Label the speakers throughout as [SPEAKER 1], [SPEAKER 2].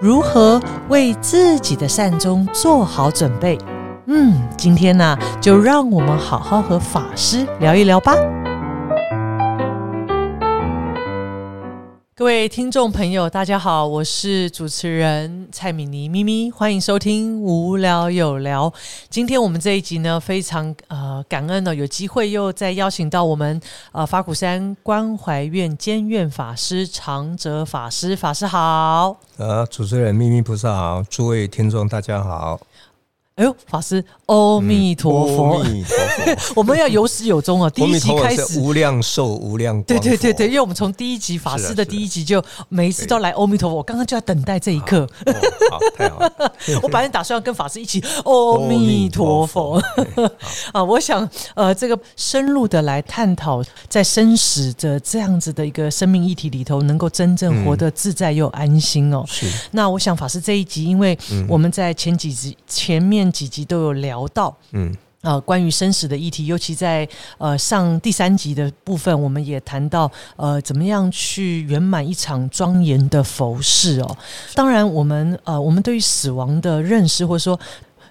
[SPEAKER 1] 如何为自己的善终做好准备。嗯，今天呢、就让我们好好和法师聊一聊吧。各位听众朋友，大家好，我是主持人蔡米妮咪咪，欢迎收听《无聊有聊》。今天我们这一集呢，非常呃感恩呢，有机会又再邀请到我们呃法鼓山关怀院监院法师长哲法师，法师好。
[SPEAKER 2] 呃，主持人秘密菩萨好，诸位听众大家好，
[SPEAKER 1] 哎呦，法师，阿弥陀佛，
[SPEAKER 2] 阿弥陀佛，
[SPEAKER 1] 我们要有始有终 哦。第
[SPEAKER 2] 阿弥
[SPEAKER 1] 一集
[SPEAKER 2] 陀
[SPEAKER 1] 开
[SPEAKER 2] 佛
[SPEAKER 1] 始
[SPEAKER 2] 是，无量寿无量
[SPEAKER 1] 对
[SPEAKER 2] 光，
[SPEAKER 1] 对对对，因，为我们从第一集法师的第一集就每一次都来阿弥陀佛，我刚刚就在等待这一刻。
[SPEAKER 2] 哦好，太好了，
[SPEAKER 1] 我本来打算要跟法师一起阿弥陀佛啊，我想呃，这个深入的来探讨在生死的这样子的一个生命议题里头，能够真正活得自在又安心哦。
[SPEAKER 2] 是
[SPEAKER 1] 那我想法师这一集，因为我们在前几集、前面几集都有聊到，
[SPEAKER 2] 嗯
[SPEAKER 1] 呃，关于生死的议题，尤其在呃上第三集的部分，我们也谈到呃怎么样去圆满一场庄严的佛事哦。当然，我们呃我们对于死亡的认识，或者说。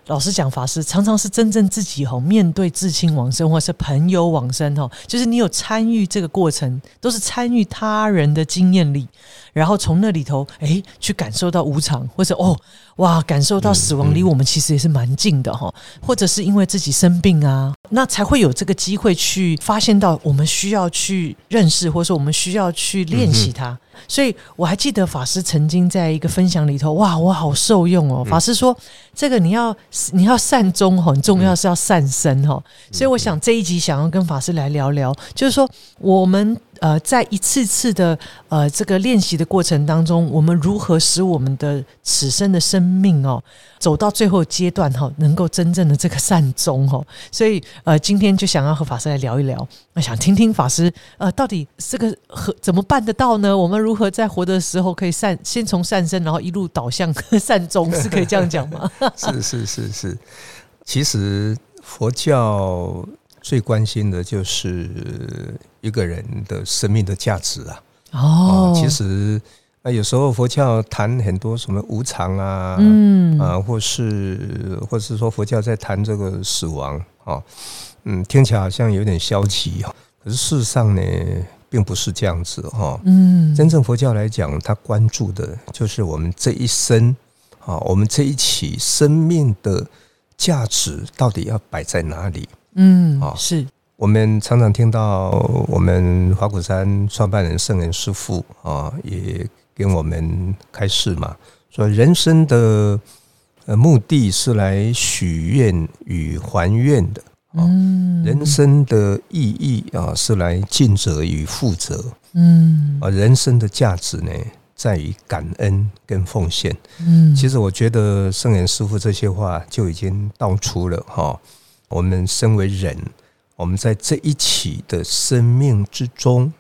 [SPEAKER 1] 老实讲，法师常常是真正自己吼、面对至亲往生或是朋友往生吼、就是你有参与这个过程，都是参与他人的经验里，然后从那里头诶去感受到无常，或者哦哇感受到死亡离我们其实也是蛮近的哈、或者是因为自己生病啊，那才会有这个机会去发现到我们需要去认识，或者说我们需要去练习它。所以我还记得法师曾经在一个分享里头，哇，我好受用哦。法师说，这个你要你要善终哦，很重要是要善身哦。所以我想这一集想要跟法师来聊聊，就是说我们呃在一次次的呃这个练习的过程当中，我们如何使我们的此生的生命哦走到最后阶段哈、哦，能够真正的这个善终哦。 所以呃，今天就想要和法师来聊一聊，那想听听法师呃，到底这个和怎么办得到呢？我们如何在活的时候可以善，先从善生，然后一路导向善终，是可以这样讲 吗？
[SPEAKER 2] 是是是是，其实佛教最关心的就是一个人的生命的价值啊，
[SPEAKER 1] 哦
[SPEAKER 2] 哦，，其实那有时候佛教谈很多什么无常啊，
[SPEAKER 1] 嗯
[SPEAKER 2] 啊，或是或是说佛教在谈这个死亡啊、哦，嗯，听起来好像有点消极哈、哦，可是事实上呢，并不是这样子哈、哦。
[SPEAKER 1] 嗯
[SPEAKER 2] 真正佛教来讲，它关注的就是我们这一生啊、我们这一起生命的价值到底要摆在哪里？
[SPEAKER 1] 嗯
[SPEAKER 2] 哦
[SPEAKER 1] 是
[SPEAKER 2] 我们常常听到我们花果山创办人圣人师父啊，也跟我们开示嘛，说人生的呃目的是来许愿与还愿的，啊
[SPEAKER 1] 嗯
[SPEAKER 2] 人生的意义啊是来尽责与负责
[SPEAKER 1] 嗯
[SPEAKER 2] 啊，人生的价值呢在于感恩跟奉献。
[SPEAKER 1] 嗯
[SPEAKER 2] 其实我觉得圣人师傅这些话就已经道出了哈、我们身为人，我们在这一起的生命之中，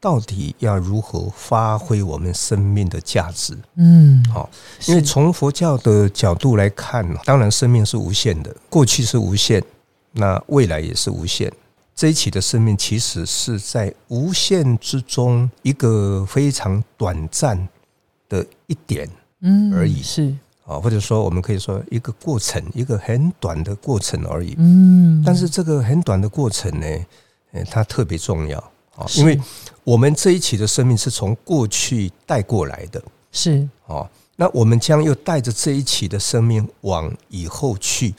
[SPEAKER 2] 到底要如何发挥我们生命的价值？
[SPEAKER 1] 嗯
[SPEAKER 2] 好、因为
[SPEAKER 1] 是
[SPEAKER 2] 从佛教的角度来看，当然生命是无限的，过去是无限，那未来也是无限。这一期的生命其实是在无限之中一个非常短暂的一点。
[SPEAKER 1] 嗯
[SPEAKER 2] 而已
[SPEAKER 1] 是
[SPEAKER 2] 啊，或者说我们可以说一个过程，一个很短的过程而已。
[SPEAKER 1] 嗯
[SPEAKER 2] 但是这个很短的过程呢，呃，它特别重要啊，因为我们这一期的生命是从过去带过来的
[SPEAKER 1] 是
[SPEAKER 2] 哦，那我们将又带着这一期的生命往以后去，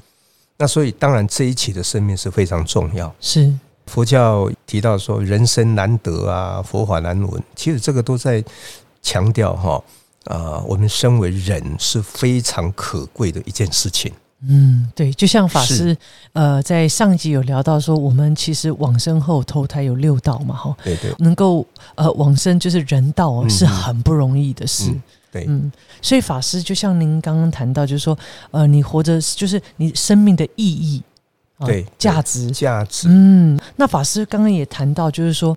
[SPEAKER 2] 那所以当然这一期的生命是非常重要。
[SPEAKER 1] 是
[SPEAKER 2] 佛教提到说人生难得啊，佛法难闻，其实这个都在强调哈。啊、我们身为人是非常可贵的一件事情。
[SPEAKER 1] 嗯，对，就像法
[SPEAKER 2] 是
[SPEAKER 1] 师呃，在上一集有聊到说，我们其实往生后投胎有六道嘛，哈，
[SPEAKER 2] 对对
[SPEAKER 1] 能够呃往生就是人道、哦
[SPEAKER 2] 嗯
[SPEAKER 1] 是很不容易的事。
[SPEAKER 2] 嗯对，
[SPEAKER 1] 嗯，所以法师就像您刚刚谈到，就是说，呃，你活着就是你生命的意义，啊
[SPEAKER 2] 对
[SPEAKER 1] 价值，
[SPEAKER 2] 价值、
[SPEAKER 1] 嗯，那法师刚刚也谈到，就是说，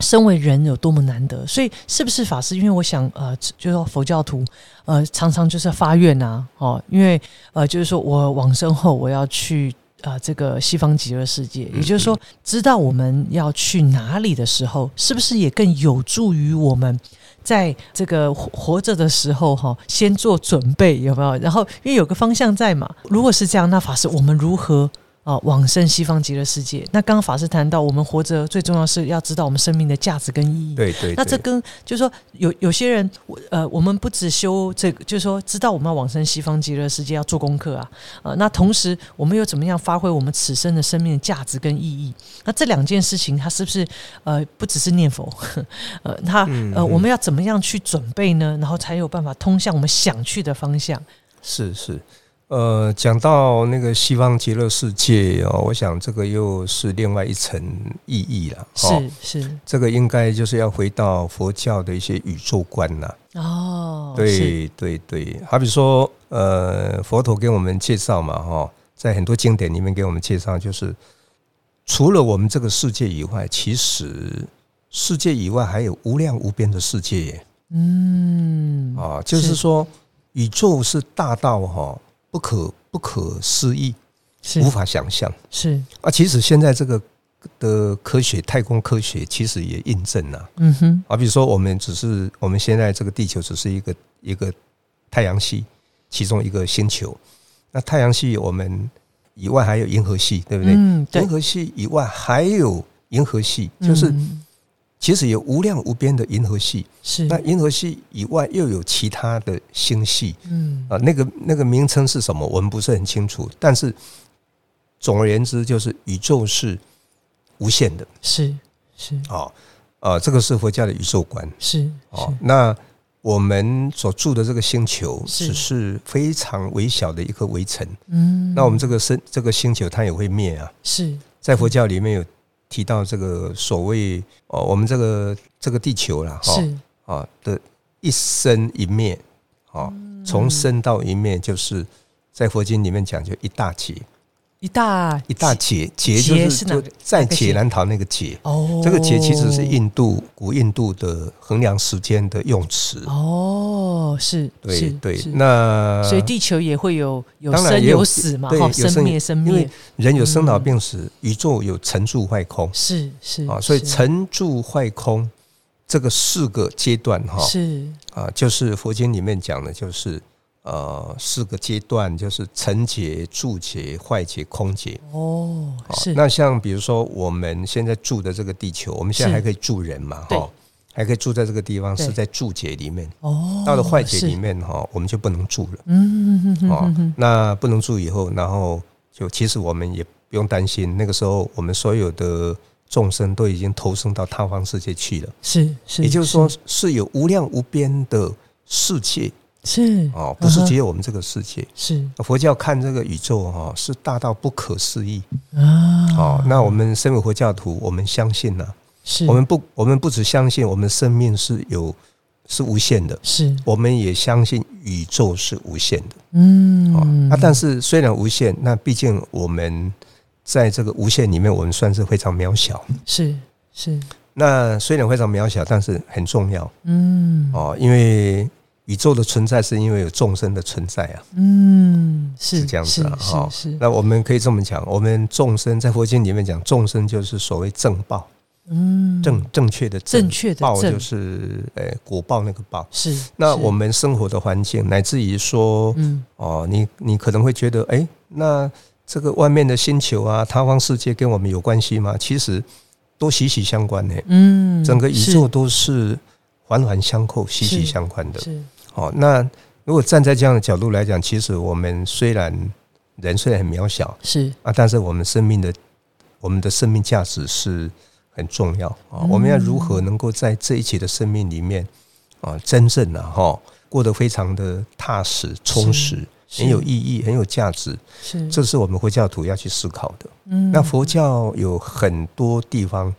[SPEAKER 1] 身为人有多么难得，所以是不是法师？因为我想，呃，就是说佛教徒，呃，常常就是发愿啊，哦，因为呃，就是说我往生后我要去。啊、这个西方极乐世界，也就是说，知道我们要去哪里的时候，是不是也更有助于我们在这个活活着的时候哈，先做准备有没有？然后因为有个方向在嘛，如果是这样，那法师我们如何？啊，往生西方极乐世界。那刚刚法师谈到，我们活着最重要是要知道我们生命的价值跟意义。
[SPEAKER 2] 对对，
[SPEAKER 1] 嗯那这
[SPEAKER 2] 对
[SPEAKER 1] 跟就是说，有有些人，我呃，我们不只修这个，就是说知道我们要往生西方极乐世界要做功课啊，呃，那同时我们又怎么样发挥我们此生的生命的价值跟意义？那这两件事情，它是不是呃不只是念佛， 呃，它
[SPEAKER 2] 嗯
[SPEAKER 1] 呃
[SPEAKER 2] 嗯
[SPEAKER 1] 我们要怎么样去准备呢？然后才有办法通向我们想去的方向。
[SPEAKER 2] 是是，呃，讲到那个西方极乐世界哦，我想这个又是另外一层意义了。哦，
[SPEAKER 1] 是是
[SPEAKER 2] 这个应该就是要回到佛教的一些宇宙观呐、
[SPEAKER 1] 哦，是
[SPEAKER 2] 对对对，好比说，呃，佛陀给我们介绍嘛，哈、在很多经典里面给我们介绍，就是除了我们这个世界以外，其实世界以外还有无量无边的世界耶
[SPEAKER 1] 嗯
[SPEAKER 2] 啊，就是
[SPEAKER 1] 是
[SPEAKER 2] 说宇宙是大到哈、不可不可思议，
[SPEAKER 1] 是
[SPEAKER 2] 无法想象
[SPEAKER 1] 是
[SPEAKER 2] 啊。其实现在这个的科学，太空科学其实也印证了
[SPEAKER 1] 嗯哼
[SPEAKER 2] 啊，比如说我们只是我们现在这个地球只是一个一个太阳系其中一个星球，那太阳系我们以外还有银河系，对不对？
[SPEAKER 1] 嗯对
[SPEAKER 2] 银河系以外还有银河系，就是
[SPEAKER 1] 嗯
[SPEAKER 2] 其实有无量无边的银河系。
[SPEAKER 1] 是
[SPEAKER 2] 那银河系以外又有其他的星系
[SPEAKER 1] 嗯
[SPEAKER 2] 啊，那个那个名称是什么，我们不是很清楚。但是总而言之，就是宇宙是无限的
[SPEAKER 1] 是是
[SPEAKER 2] 啊。呃，这个是佛教的宇宙观。
[SPEAKER 1] 是
[SPEAKER 2] 哦
[SPEAKER 1] 是，
[SPEAKER 2] 那我们所住的这个星球
[SPEAKER 1] 是
[SPEAKER 2] 只是非常微小的一颗微尘，
[SPEAKER 1] 嗯
[SPEAKER 2] 那我们这个生这个星球它也会灭啊。
[SPEAKER 1] 是
[SPEAKER 2] 在佛教里面有提到这个所谓哦，我们这个这个地球啦，哈、
[SPEAKER 1] 是
[SPEAKER 2] 啊、的一生一灭，哦，
[SPEAKER 1] 嗯
[SPEAKER 2] 从生到一灭就是。在佛经里面讲，就一大劫，
[SPEAKER 1] 一大
[SPEAKER 2] 一大劫，劫
[SPEAKER 1] 劫
[SPEAKER 2] 就是
[SPEAKER 1] 是哪
[SPEAKER 2] 就
[SPEAKER 1] 个
[SPEAKER 2] 在
[SPEAKER 1] 哪个
[SPEAKER 2] 劫
[SPEAKER 1] 劫
[SPEAKER 2] 难逃那个劫。
[SPEAKER 1] 哦，
[SPEAKER 2] 这个劫其实是印度古印度的衡量时间的用词。
[SPEAKER 1] 哦，是
[SPEAKER 2] 对
[SPEAKER 1] 是
[SPEAKER 2] 对，
[SPEAKER 1] 是
[SPEAKER 2] 那呃
[SPEAKER 1] 所以地球也会有有
[SPEAKER 2] 当然
[SPEAKER 1] 生
[SPEAKER 2] 也有
[SPEAKER 1] 死嘛，
[SPEAKER 2] 对
[SPEAKER 1] 哈，
[SPEAKER 2] 有
[SPEAKER 1] 生
[SPEAKER 2] 生
[SPEAKER 1] 灭生
[SPEAKER 2] 因
[SPEAKER 1] 灭
[SPEAKER 2] 为人有生老病死，宇宙有成住坏空
[SPEAKER 1] 是嗯是
[SPEAKER 2] 啊，所以
[SPEAKER 1] 是
[SPEAKER 2] 成住坏空这个四个阶段哈
[SPEAKER 1] 是
[SPEAKER 2] 啊，就是佛经里面讲的，就是呃四个阶段，就是成劫、住劫、坏劫、空劫。
[SPEAKER 1] 哦
[SPEAKER 2] 啊
[SPEAKER 1] 是
[SPEAKER 2] 那像比如说我们现在住的这个地球，我们现在
[SPEAKER 1] 是
[SPEAKER 2] 还可以住人嘛
[SPEAKER 1] 对
[SPEAKER 2] 哈，还可以住在这个地方，
[SPEAKER 1] 对
[SPEAKER 2] 是在住劫里面。
[SPEAKER 1] 哦
[SPEAKER 2] 到了坏劫
[SPEAKER 1] 是
[SPEAKER 2] 里面哈，我们就不能住了。
[SPEAKER 1] 嗯嗯
[SPEAKER 2] 哦
[SPEAKER 1] 嗯嗯，
[SPEAKER 2] 那不能住以后，然后就其实我们也不用担心，那个时候我们所有的众生都已经投生到他方世界去了，
[SPEAKER 1] 是是，
[SPEAKER 2] 也就是说是有无量无边的世界
[SPEAKER 1] 是
[SPEAKER 2] 哦，不是
[SPEAKER 1] 嗯哼
[SPEAKER 2] 只有我们这个世界。
[SPEAKER 1] 是
[SPEAKER 2] 佛教看这个宇宙哦，是大到不可思议
[SPEAKER 1] 啊
[SPEAKER 2] 哦。那我们身为佛教徒，我们相信呢、
[SPEAKER 1] 是
[SPEAKER 2] 我们不，我们不只相信我们生命是有是无限的，
[SPEAKER 1] 是
[SPEAKER 2] 我们也相信宇宙是无限的。哦
[SPEAKER 1] 嗯
[SPEAKER 2] 啊，但是虽然无限，那毕竟我们在这个无限里面，我们算是非常渺小。
[SPEAKER 1] 是是
[SPEAKER 2] 那虽然非常渺小，但是很重要
[SPEAKER 1] 嗯
[SPEAKER 2] 哦，因为宇宙的存在是因为有众生的存在啊，
[SPEAKER 1] 嗯是
[SPEAKER 2] 是这样子啊。
[SPEAKER 1] 是
[SPEAKER 2] 哦
[SPEAKER 1] 是是
[SPEAKER 2] 那我们可以这么讲，我们众生在佛经里面讲，众生就是所谓正报，
[SPEAKER 1] 嗯
[SPEAKER 2] 正正确的
[SPEAKER 1] 正确的
[SPEAKER 2] 报
[SPEAKER 1] 正
[SPEAKER 2] 就是呃果报那个报。
[SPEAKER 1] 是是
[SPEAKER 2] 那我们生活的环境，乃至于说，
[SPEAKER 1] 嗯
[SPEAKER 2] 哦，你你可能会觉得，哎、那这个外面的星球啊，他方世界跟我们有关系吗？其实都息息相关呢、
[SPEAKER 1] 嗯
[SPEAKER 2] 整个宇
[SPEAKER 1] 是
[SPEAKER 2] 宙都是环环相扣、息息相关的。
[SPEAKER 1] 是
[SPEAKER 2] 哦，那如果站在这样的角度来讲，其实我们虽然人虽然很渺小
[SPEAKER 1] 是
[SPEAKER 2] 啊，但是我们生命的我们的生命价值是很重要啊、
[SPEAKER 1] 嗯
[SPEAKER 2] 我们要如何能够在这一期的生命里面啊，真正的、啊、哈过得非常的踏实、充实。
[SPEAKER 1] 是
[SPEAKER 2] 很有意义、很有价值，
[SPEAKER 1] 是
[SPEAKER 2] 这是我们佛教徒要去思考的。
[SPEAKER 1] 嗯
[SPEAKER 2] 那佛教有很多地方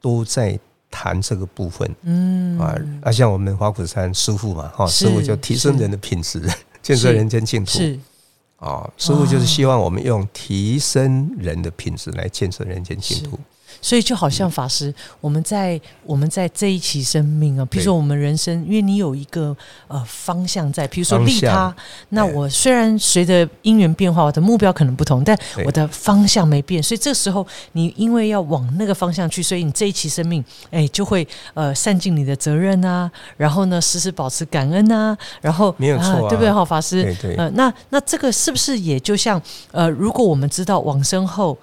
[SPEAKER 2] 都在谈这个部分
[SPEAKER 1] 嗯
[SPEAKER 2] 啊，啊，像我们花果山师傅嘛，哈，
[SPEAKER 1] 是
[SPEAKER 2] 师傅就提升人的品质，建设人间净土
[SPEAKER 1] 是
[SPEAKER 2] 哦啊，师傅就是希望我们用提升人的品质来建设人间净土。
[SPEAKER 1] 所以就好像法师，我们在我们在这一期生命啊，比如说我们人生，因为你有一个呃方向在，比如说
[SPEAKER 2] 方
[SPEAKER 1] 利他
[SPEAKER 2] 向，
[SPEAKER 1] 那
[SPEAKER 2] 对
[SPEAKER 1] 我虽然随着因缘变化，我的目标可能不同，但
[SPEAKER 2] 对
[SPEAKER 1] 我的方向没变，所以这时候你因为要往那个方向去，所以你这一期生命，哎，就会呃善尽你的责任啊，然后呢，时时保持感恩啊，然后
[SPEAKER 2] 没有错啊
[SPEAKER 1] 对不对？好，法师，
[SPEAKER 2] 对对
[SPEAKER 1] 呃，那那这个是不是也就像呃，如果我们知道往生后，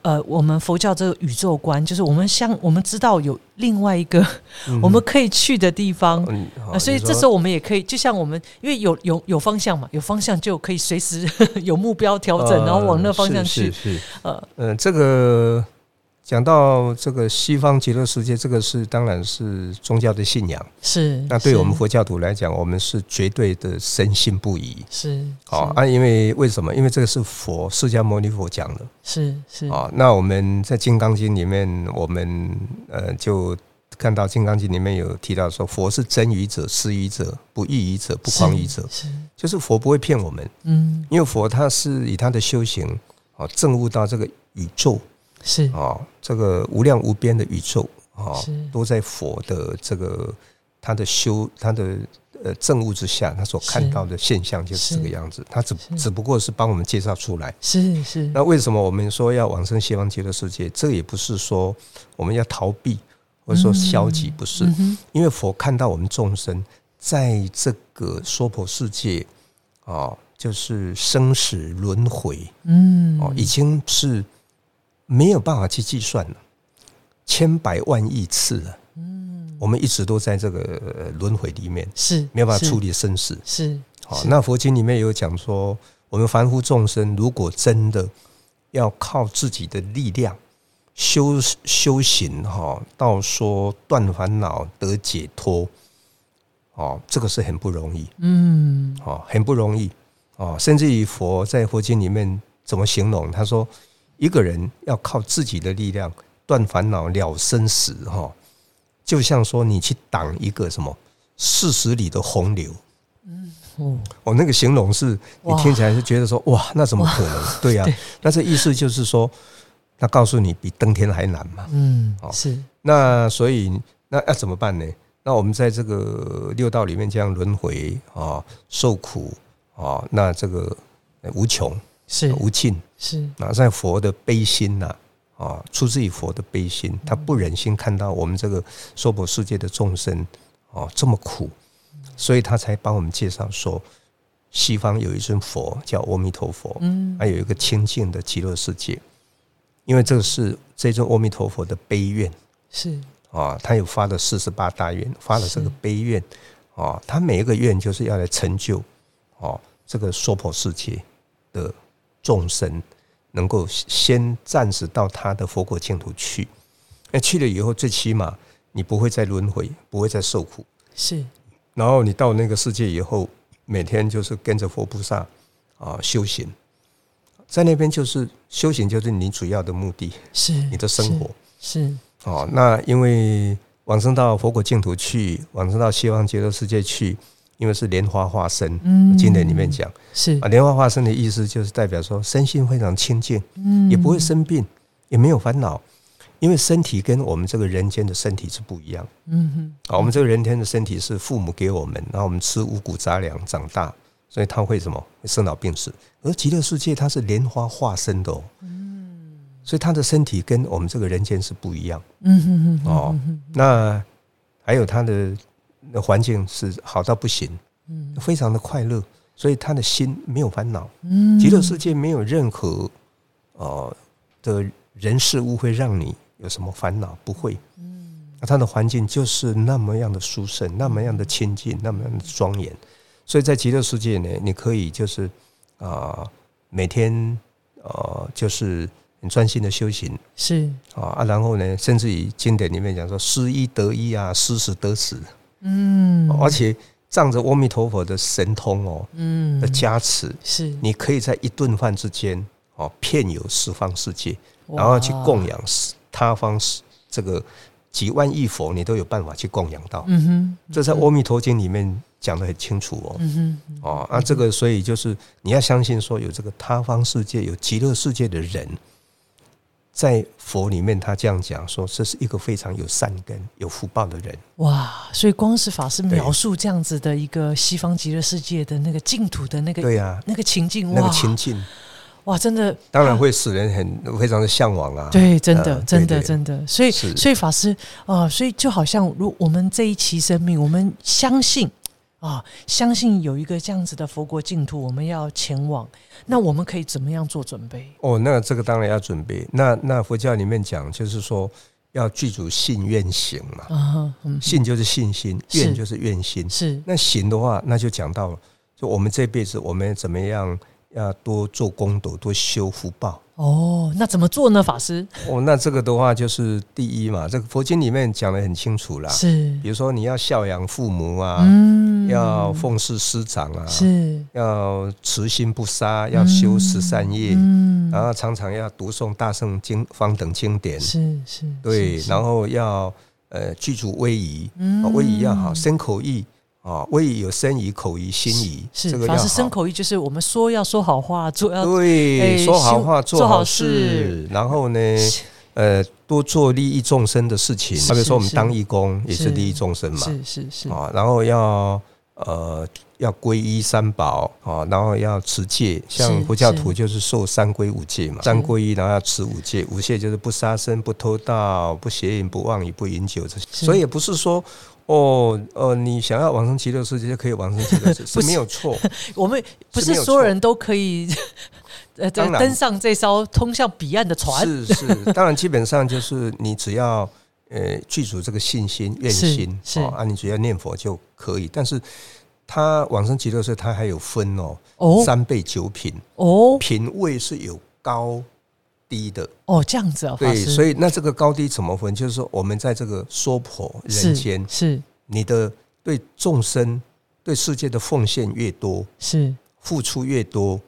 [SPEAKER 1] 呃，我们佛教这个宇宙观，就是我们相我们知道有另外一个我们可以去的地方。
[SPEAKER 2] 嗯，
[SPEAKER 1] 呃、所以这时
[SPEAKER 2] 候
[SPEAKER 1] 候我们也可以，就像我们因为有有有方向嘛，有方向就可以随时 有目标调整，然后往那个方向去。
[SPEAKER 2] 呃是是是，
[SPEAKER 1] 呃，
[SPEAKER 2] 嗯，这个讲到这个西方极乐世界，这个是当然是宗教的信仰。
[SPEAKER 1] 是。
[SPEAKER 2] 那
[SPEAKER 1] 嗯
[SPEAKER 2] 对
[SPEAKER 1] 是
[SPEAKER 2] 我们佛教徒来讲，我们是绝对的深信不疑。
[SPEAKER 1] 是
[SPEAKER 2] 哦啊，因为为什么？因为这个是佛释迦牟尼佛讲的
[SPEAKER 1] 是是
[SPEAKER 2] 啊、哦。那我们在《金刚经》里面，我们呃就看到《金刚经》里面有提到说，佛是真语者、施语者、不异语者、不狂语者，
[SPEAKER 1] 是
[SPEAKER 2] 就是佛不会骗我们，
[SPEAKER 1] 嗯
[SPEAKER 2] 因为佛他是以他的修行哦证悟到这个宇宙
[SPEAKER 1] 是
[SPEAKER 2] 哦，这个无量无边的宇宙哦
[SPEAKER 1] 是，
[SPEAKER 2] 都在佛的这个他的修他的呃证悟之下，他所看
[SPEAKER 1] 是
[SPEAKER 2] 到的现象就是这个
[SPEAKER 1] 是
[SPEAKER 2] 样子。他只
[SPEAKER 1] 是
[SPEAKER 2] 只不过是帮我们介绍出来。
[SPEAKER 1] 是是
[SPEAKER 2] 那为什么我们说要往生西方极乐世界？这也不是说我们要逃避或者说消极，不是，
[SPEAKER 1] 嗯哼
[SPEAKER 2] 因为佛看到我们众生在这个娑婆世界哦，就是生死轮回。
[SPEAKER 1] 嗯
[SPEAKER 2] 哦，已经是没有办法去计算了，千百万亿次了。嗯，我们一直都在这个呃轮回里面，
[SPEAKER 1] 是
[SPEAKER 2] 没有办法
[SPEAKER 1] 是
[SPEAKER 2] 处理生死。
[SPEAKER 1] 是
[SPEAKER 2] 好、
[SPEAKER 1] 是
[SPEAKER 2] 那佛经里面有讲说，我们凡夫众生如果真的要靠自己的力量修修行哈、到说断烦恼得解脱，哦，这个是很不容易。
[SPEAKER 1] 嗯
[SPEAKER 2] 哦，很不容易哦。甚至于佛在佛经里面怎么形容？他说，一个人要靠自己的力量断烦恼、了生死，哈、哦，就像说你去挡一个什么四十里的洪流。
[SPEAKER 1] 哦
[SPEAKER 2] 哦，那个形容是你
[SPEAKER 1] 哇
[SPEAKER 2] 听起来是觉得说哇，那怎么可能？ 对呀、
[SPEAKER 1] 对
[SPEAKER 2] 那这意思就是说，他告诉你比登天还难嘛。
[SPEAKER 1] 嗯
[SPEAKER 2] 哦
[SPEAKER 1] 是
[SPEAKER 2] 那所以那要怎么办呢？那我们在这个六道里面这样轮回啊、受苦啊、那这个呃无穷
[SPEAKER 1] 是
[SPEAKER 2] 无尽
[SPEAKER 1] 是
[SPEAKER 2] 啊，在佛的悲心呐啊出自于佛的悲心，他不忍心看到我们这个娑婆世界的众生哦、这么苦，所以他才帮我们介绍说，西方有一尊佛叫阿弥陀佛，
[SPEAKER 1] 嗯
[SPEAKER 2] 还有一个清净的极乐世界，因为这是这尊阿弥陀佛的悲愿。
[SPEAKER 1] 是
[SPEAKER 2] 啊，他有发了四十八大愿，发了这个悲愿啊，他每一个愿就是要来成就哦、这个娑婆世界的众生能够先暂时到他的佛国净土去，那去了以后，最起码你不会再轮回，不会再受苦，
[SPEAKER 1] 是
[SPEAKER 2] 然后你到那个世界以后，每天就是跟着佛菩萨啊修行，在那边就是修行就是你主要的目的，
[SPEAKER 1] 是
[SPEAKER 2] 你的生活。
[SPEAKER 1] 是是
[SPEAKER 2] 哦，那因为往生到佛国净土去，往生到西方极乐世界去，因为是莲花化身，
[SPEAKER 1] 嗯
[SPEAKER 2] 经典里面讲
[SPEAKER 1] 是
[SPEAKER 2] 啊，莲花化身的意思就是代表说身心非常清净，也不会生病，也没有烦恼，因为身体跟我们这个人间的身体是不一样。
[SPEAKER 1] 嗯哼
[SPEAKER 2] 啊，我们这个人天的身体是父母给我们，然后我们吃五谷杂粮长大，所以他会什么会生老病死。而极乐世界它是莲花化身的哦，所以他的身体跟我们这个人间是不一样。
[SPEAKER 1] 嗯哼哼
[SPEAKER 2] 哦，那还有他的那环境是好到不行，
[SPEAKER 1] 嗯
[SPEAKER 2] 非常的快乐，所以他的心没有烦恼。
[SPEAKER 1] 嗯
[SPEAKER 2] 极乐世界没有任何呃的人事物会让你有什么烦恼，不会。那他的环境就是那么样的殊胜，那么样的亲近，那么样的庄严。所以在极乐世界呢，你可以就是啊、每天呃就是很专心的修行，
[SPEAKER 1] 是
[SPEAKER 2] 啊啊，然后呢，甚至于经典里面讲说“失一得一”啊，“失时得时
[SPEAKER 1] 嗯”，
[SPEAKER 2] 而且仗着阿弥陀佛的神通哦
[SPEAKER 1] 嗯
[SPEAKER 2] 的加持，
[SPEAKER 1] 是
[SPEAKER 2] 你可以在一顿饭之间哦，遍游十方世界，
[SPEAKER 1] 哇
[SPEAKER 2] 然后去供养他方这个几万亿佛，你都有办法去供养到。
[SPEAKER 1] 嗯哼
[SPEAKER 2] 这在《阿弥陀经》里面讲得很清楚哦。
[SPEAKER 1] 嗯哼
[SPEAKER 2] 哦，啊，这个所以就是你要相信说有这个他方世界、有极乐世界的人，在佛里面，他这样讲说，这是一个非常有善根、有福报的人。
[SPEAKER 1] 哇，所以光是法师
[SPEAKER 2] 对
[SPEAKER 1] 描述这样子的一个西方极乐世界的那个净土的那个
[SPEAKER 2] 对呀、
[SPEAKER 1] 那个情境，哇
[SPEAKER 2] 那个情境
[SPEAKER 1] 哇，真的
[SPEAKER 2] 当然会使人很非常的向往啊。
[SPEAKER 1] 对，真的，
[SPEAKER 2] 呃对
[SPEAKER 1] 真的，
[SPEAKER 2] 对
[SPEAKER 1] 真的。所以，
[SPEAKER 2] 是
[SPEAKER 1] 所以法师啊、呃所以就好像如我们这一期生命，我们相信啊、相信有一个这样子的佛国净土，我们要前往。那我们可以怎么样做准备？
[SPEAKER 2] 哦，那这个当然要准备。那那佛教里面讲，就是说要具足信愿行嘛。
[SPEAKER 1] 啊哈，嗯，
[SPEAKER 2] 信就是信心，
[SPEAKER 1] 是
[SPEAKER 2] 愿就是愿心。
[SPEAKER 1] 是
[SPEAKER 2] 那行的话，那就讲到了，就我们这辈子我们怎么样要多做功德，多修福报。
[SPEAKER 1] 哦，那怎么做呢？法师
[SPEAKER 2] 哦，那这个的话就是第一嘛，这个佛经里面讲的很清楚啦。
[SPEAKER 1] 是
[SPEAKER 2] 比如说你要孝养父母啊，
[SPEAKER 1] 嗯
[SPEAKER 2] 要奉事师长啊，
[SPEAKER 1] 是
[SPEAKER 2] 要慈心不杀，要修十善业，
[SPEAKER 1] 嗯
[SPEAKER 2] 然后常常要读诵大圣经方等经典，
[SPEAKER 1] 是是
[SPEAKER 2] 对，
[SPEAKER 1] 是
[SPEAKER 2] 然后要呃具足威仪，
[SPEAKER 1] 嗯
[SPEAKER 2] 啊威仪要好，身口意啊，威仪有身仪、口仪、心仪，这
[SPEAKER 1] 是
[SPEAKER 2] 个要
[SPEAKER 1] 法师身
[SPEAKER 2] 好。
[SPEAKER 1] 口意，就是我们说要说好话，做要
[SPEAKER 2] 对，
[SPEAKER 1] 哎
[SPEAKER 2] 说好话，
[SPEAKER 1] 修
[SPEAKER 2] 做
[SPEAKER 1] 做好
[SPEAKER 2] 好
[SPEAKER 1] 事
[SPEAKER 2] 事，然后呢， 呃，多做利益众生的事情。
[SPEAKER 1] 是
[SPEAKER 2] 那比如说我们
[SPEAKER 1] 是
[SPEAKER 2] 当义工也
[SPEAKER 1] 是
[SPEAKER 2] 是利益众生嘛，
[SPEAKER 1] 是是是
[SPEAKER 2] 啊，然后要呃要皈依三宝啊，然后要持戒，像
[SPEAKER 1] 是
[SPEAKER 2] 佛教
[SPEAKER 1] 是
[SPEAKER 2] 徒就是受三皈五戒嘛，三皈依，然后要持五戒，五戒就是不杀生、不偷盗、不邪淫、不妄语、不饮酒这些，
[SPEAKER 1] 是
[SPEAKER 2] 所以也不是说。哦，呃，你想要往生极乐世界就可以往生极乐 世界，
[SPEAKER 1] 不
[SPEAKER 2] 是
[SPEAKER 1] 是
[SPEAKER 2] 没有错。
[SPEAKER 1] 我们不
[SPEAKER 2] 没
[SPEAKER 1] 是
[SPEAKER 2] 有
[SPEAKER 1] 所有
[SPEAKER 2] 错
[SPEAKER 1] 人都可以 呃
[SPEAKER 2] 当然
[SPEAKER 1] 登上这艘通向彼岸的船，
[SPEAKER 2] 是是，当然基本上就是你只要呃具足这个信心、愿
[SPEAKER 1] 是
[SPEAKER 2] 心，
[SPEAKER 1] 是
[SPEAKER 2] 哦、啊，你只要念佛就可以。但是他往生极乐世界，他还有分哦，
[SPEAKER 1] 哦
[SPEAKER 2] 三倍九品，
[SPEAKER 1] 哦
[SPEAKER 2] 品位是有高低的，
[SPEAKER 1] 哦，这样子啊，法
[SPEAKER 2] 对，
[SPEAKER 1] 师，
[SPEAKER 2] 所
[SPEAKER 1] 以
[SPEAKER 2] 以那这个高低怎么分？就是说，我们在这个娑婆人间
[SPEAKER 1] 是，是
[SPEAKER 2] 你的对众生、对世界的奉献越多，
[SPEAKER 1] 是，
[SPEAKER 2] 付出 越多，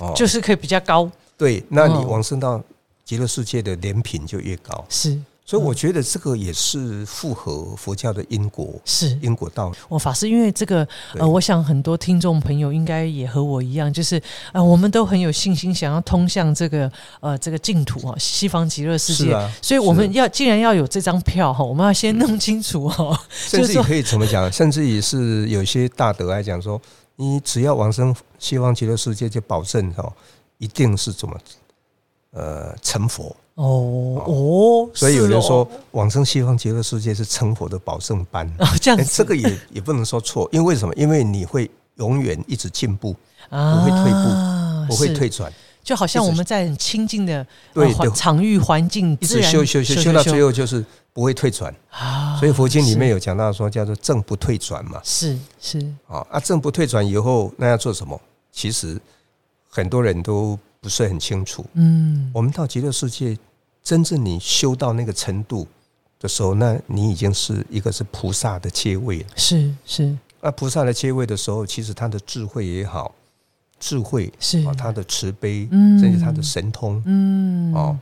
[SPEAKER 2] 哦
[SPEAKER 1] 就是可以比较高，
[SPEAKER 2] 对，那你
[SPEAKER 1] 哦
[SPEAKER 2] 往生到极乐世界的莲品就越高。
[SPEAKER 1] 是
[SPEAKER 2] 所以我觉得这个也是符合佛教的因果
[SPEAKER 1] 是。
[SPEAKER 2] 因果道理。
[SPEAKER 1] 我法师，因为这个
[SPEAKER 2] 对
[SPEAKER 1] 呃，我想很多听众朋友应该也和我一样，就是呃，我们都很有信心，想要通向这个呃这个净土啊，西方极乐世
[SPEAKER 2] 是
[SPEAKER 1] 界。
[SPEAKER 2] 啊，
[SPEAKER 1] 所以我
[SPEAKER 2] 是嗯
[SPEAKER 1] 们要既然要有这张票哈，我们要先弄清楚哦哈，
[SPEAKER 2] 甚
[SPEAKER 1] 就是
[SPEAKER 2] 至
[SPEAKER 1] 说
[SPEAKER 2] 也可以怎么讲？甚至也是有些大德来讲说，你只要往生西方极乐世界，就保证哦，一定是怎么呃成佛。
[SPEAKER 1] 哦哦，
[SPEAKER 2] 所以有
[SPEAKER 1] 是
[SPEAKER 2] 人
[SPEAKER 1] 哦
[SPEAKER 2] 说，往生西方极乐世界是成佛的保证 班。
[SPEAKER 1] 哦这样
[SPEAKER 2] 哎
[SPEAKER 1] 子，
[SPEAKER 2] 这个也也不能说错，因为什么？因为你会永远一直进步，
[SPEAKER 1] 啊，
[SPEAKER 2] 不会退步
[SPEAKER 1] 步
[SPEAKER 2] 不会退，转，
[SPEAKER 1] 就好像
[SPEAKER 2] 一直
[SPEAKER 1] 我们在很清静的
[SPEAKER 2] 对
[SPEAKER 1] 呃环
[SPEAKER 2] 对
[SPEAKER 1] 场域环境，
[SPEAKER 2] 一
[SPEAKER 1] 自
[SPEAKER 2] 直
[SPEAKER 1] 然
[SPEAKER 2] 修修修修到最后就是不会退转。
[SPEAKER 1] 啊
[SPEAKER 2] 所以佛经里面
[SPEAKER 1] 有
[SPEAKER 2] 有讲到说，叫做正不退转嘛。
[SPEAKER 1] 是是是
[SPEAKER 2] 啊啊，正不退转以后，那要做什么？其实很多人都不是很清楚。
[SPEAKER 1] 嗯
[SPEAKER 2] 我们到极乐世界，真正你修到那个程度的时候，那你已经是一个是菩萨的阶位了。
[SPEAKER 1] 是是
[SPEAKER 2] 那菩萨的阶位的时候，其实他的智慧也好，智慧
[SPEAKER 1] 是
[SPEAKER 2] 啊，他的慈悲，
[SPEAKER 1] 嗯
[SPEAKER 2] 甚至他的神通
[SPEAKER 1] 嗯
[SPEAKER 2] 哦，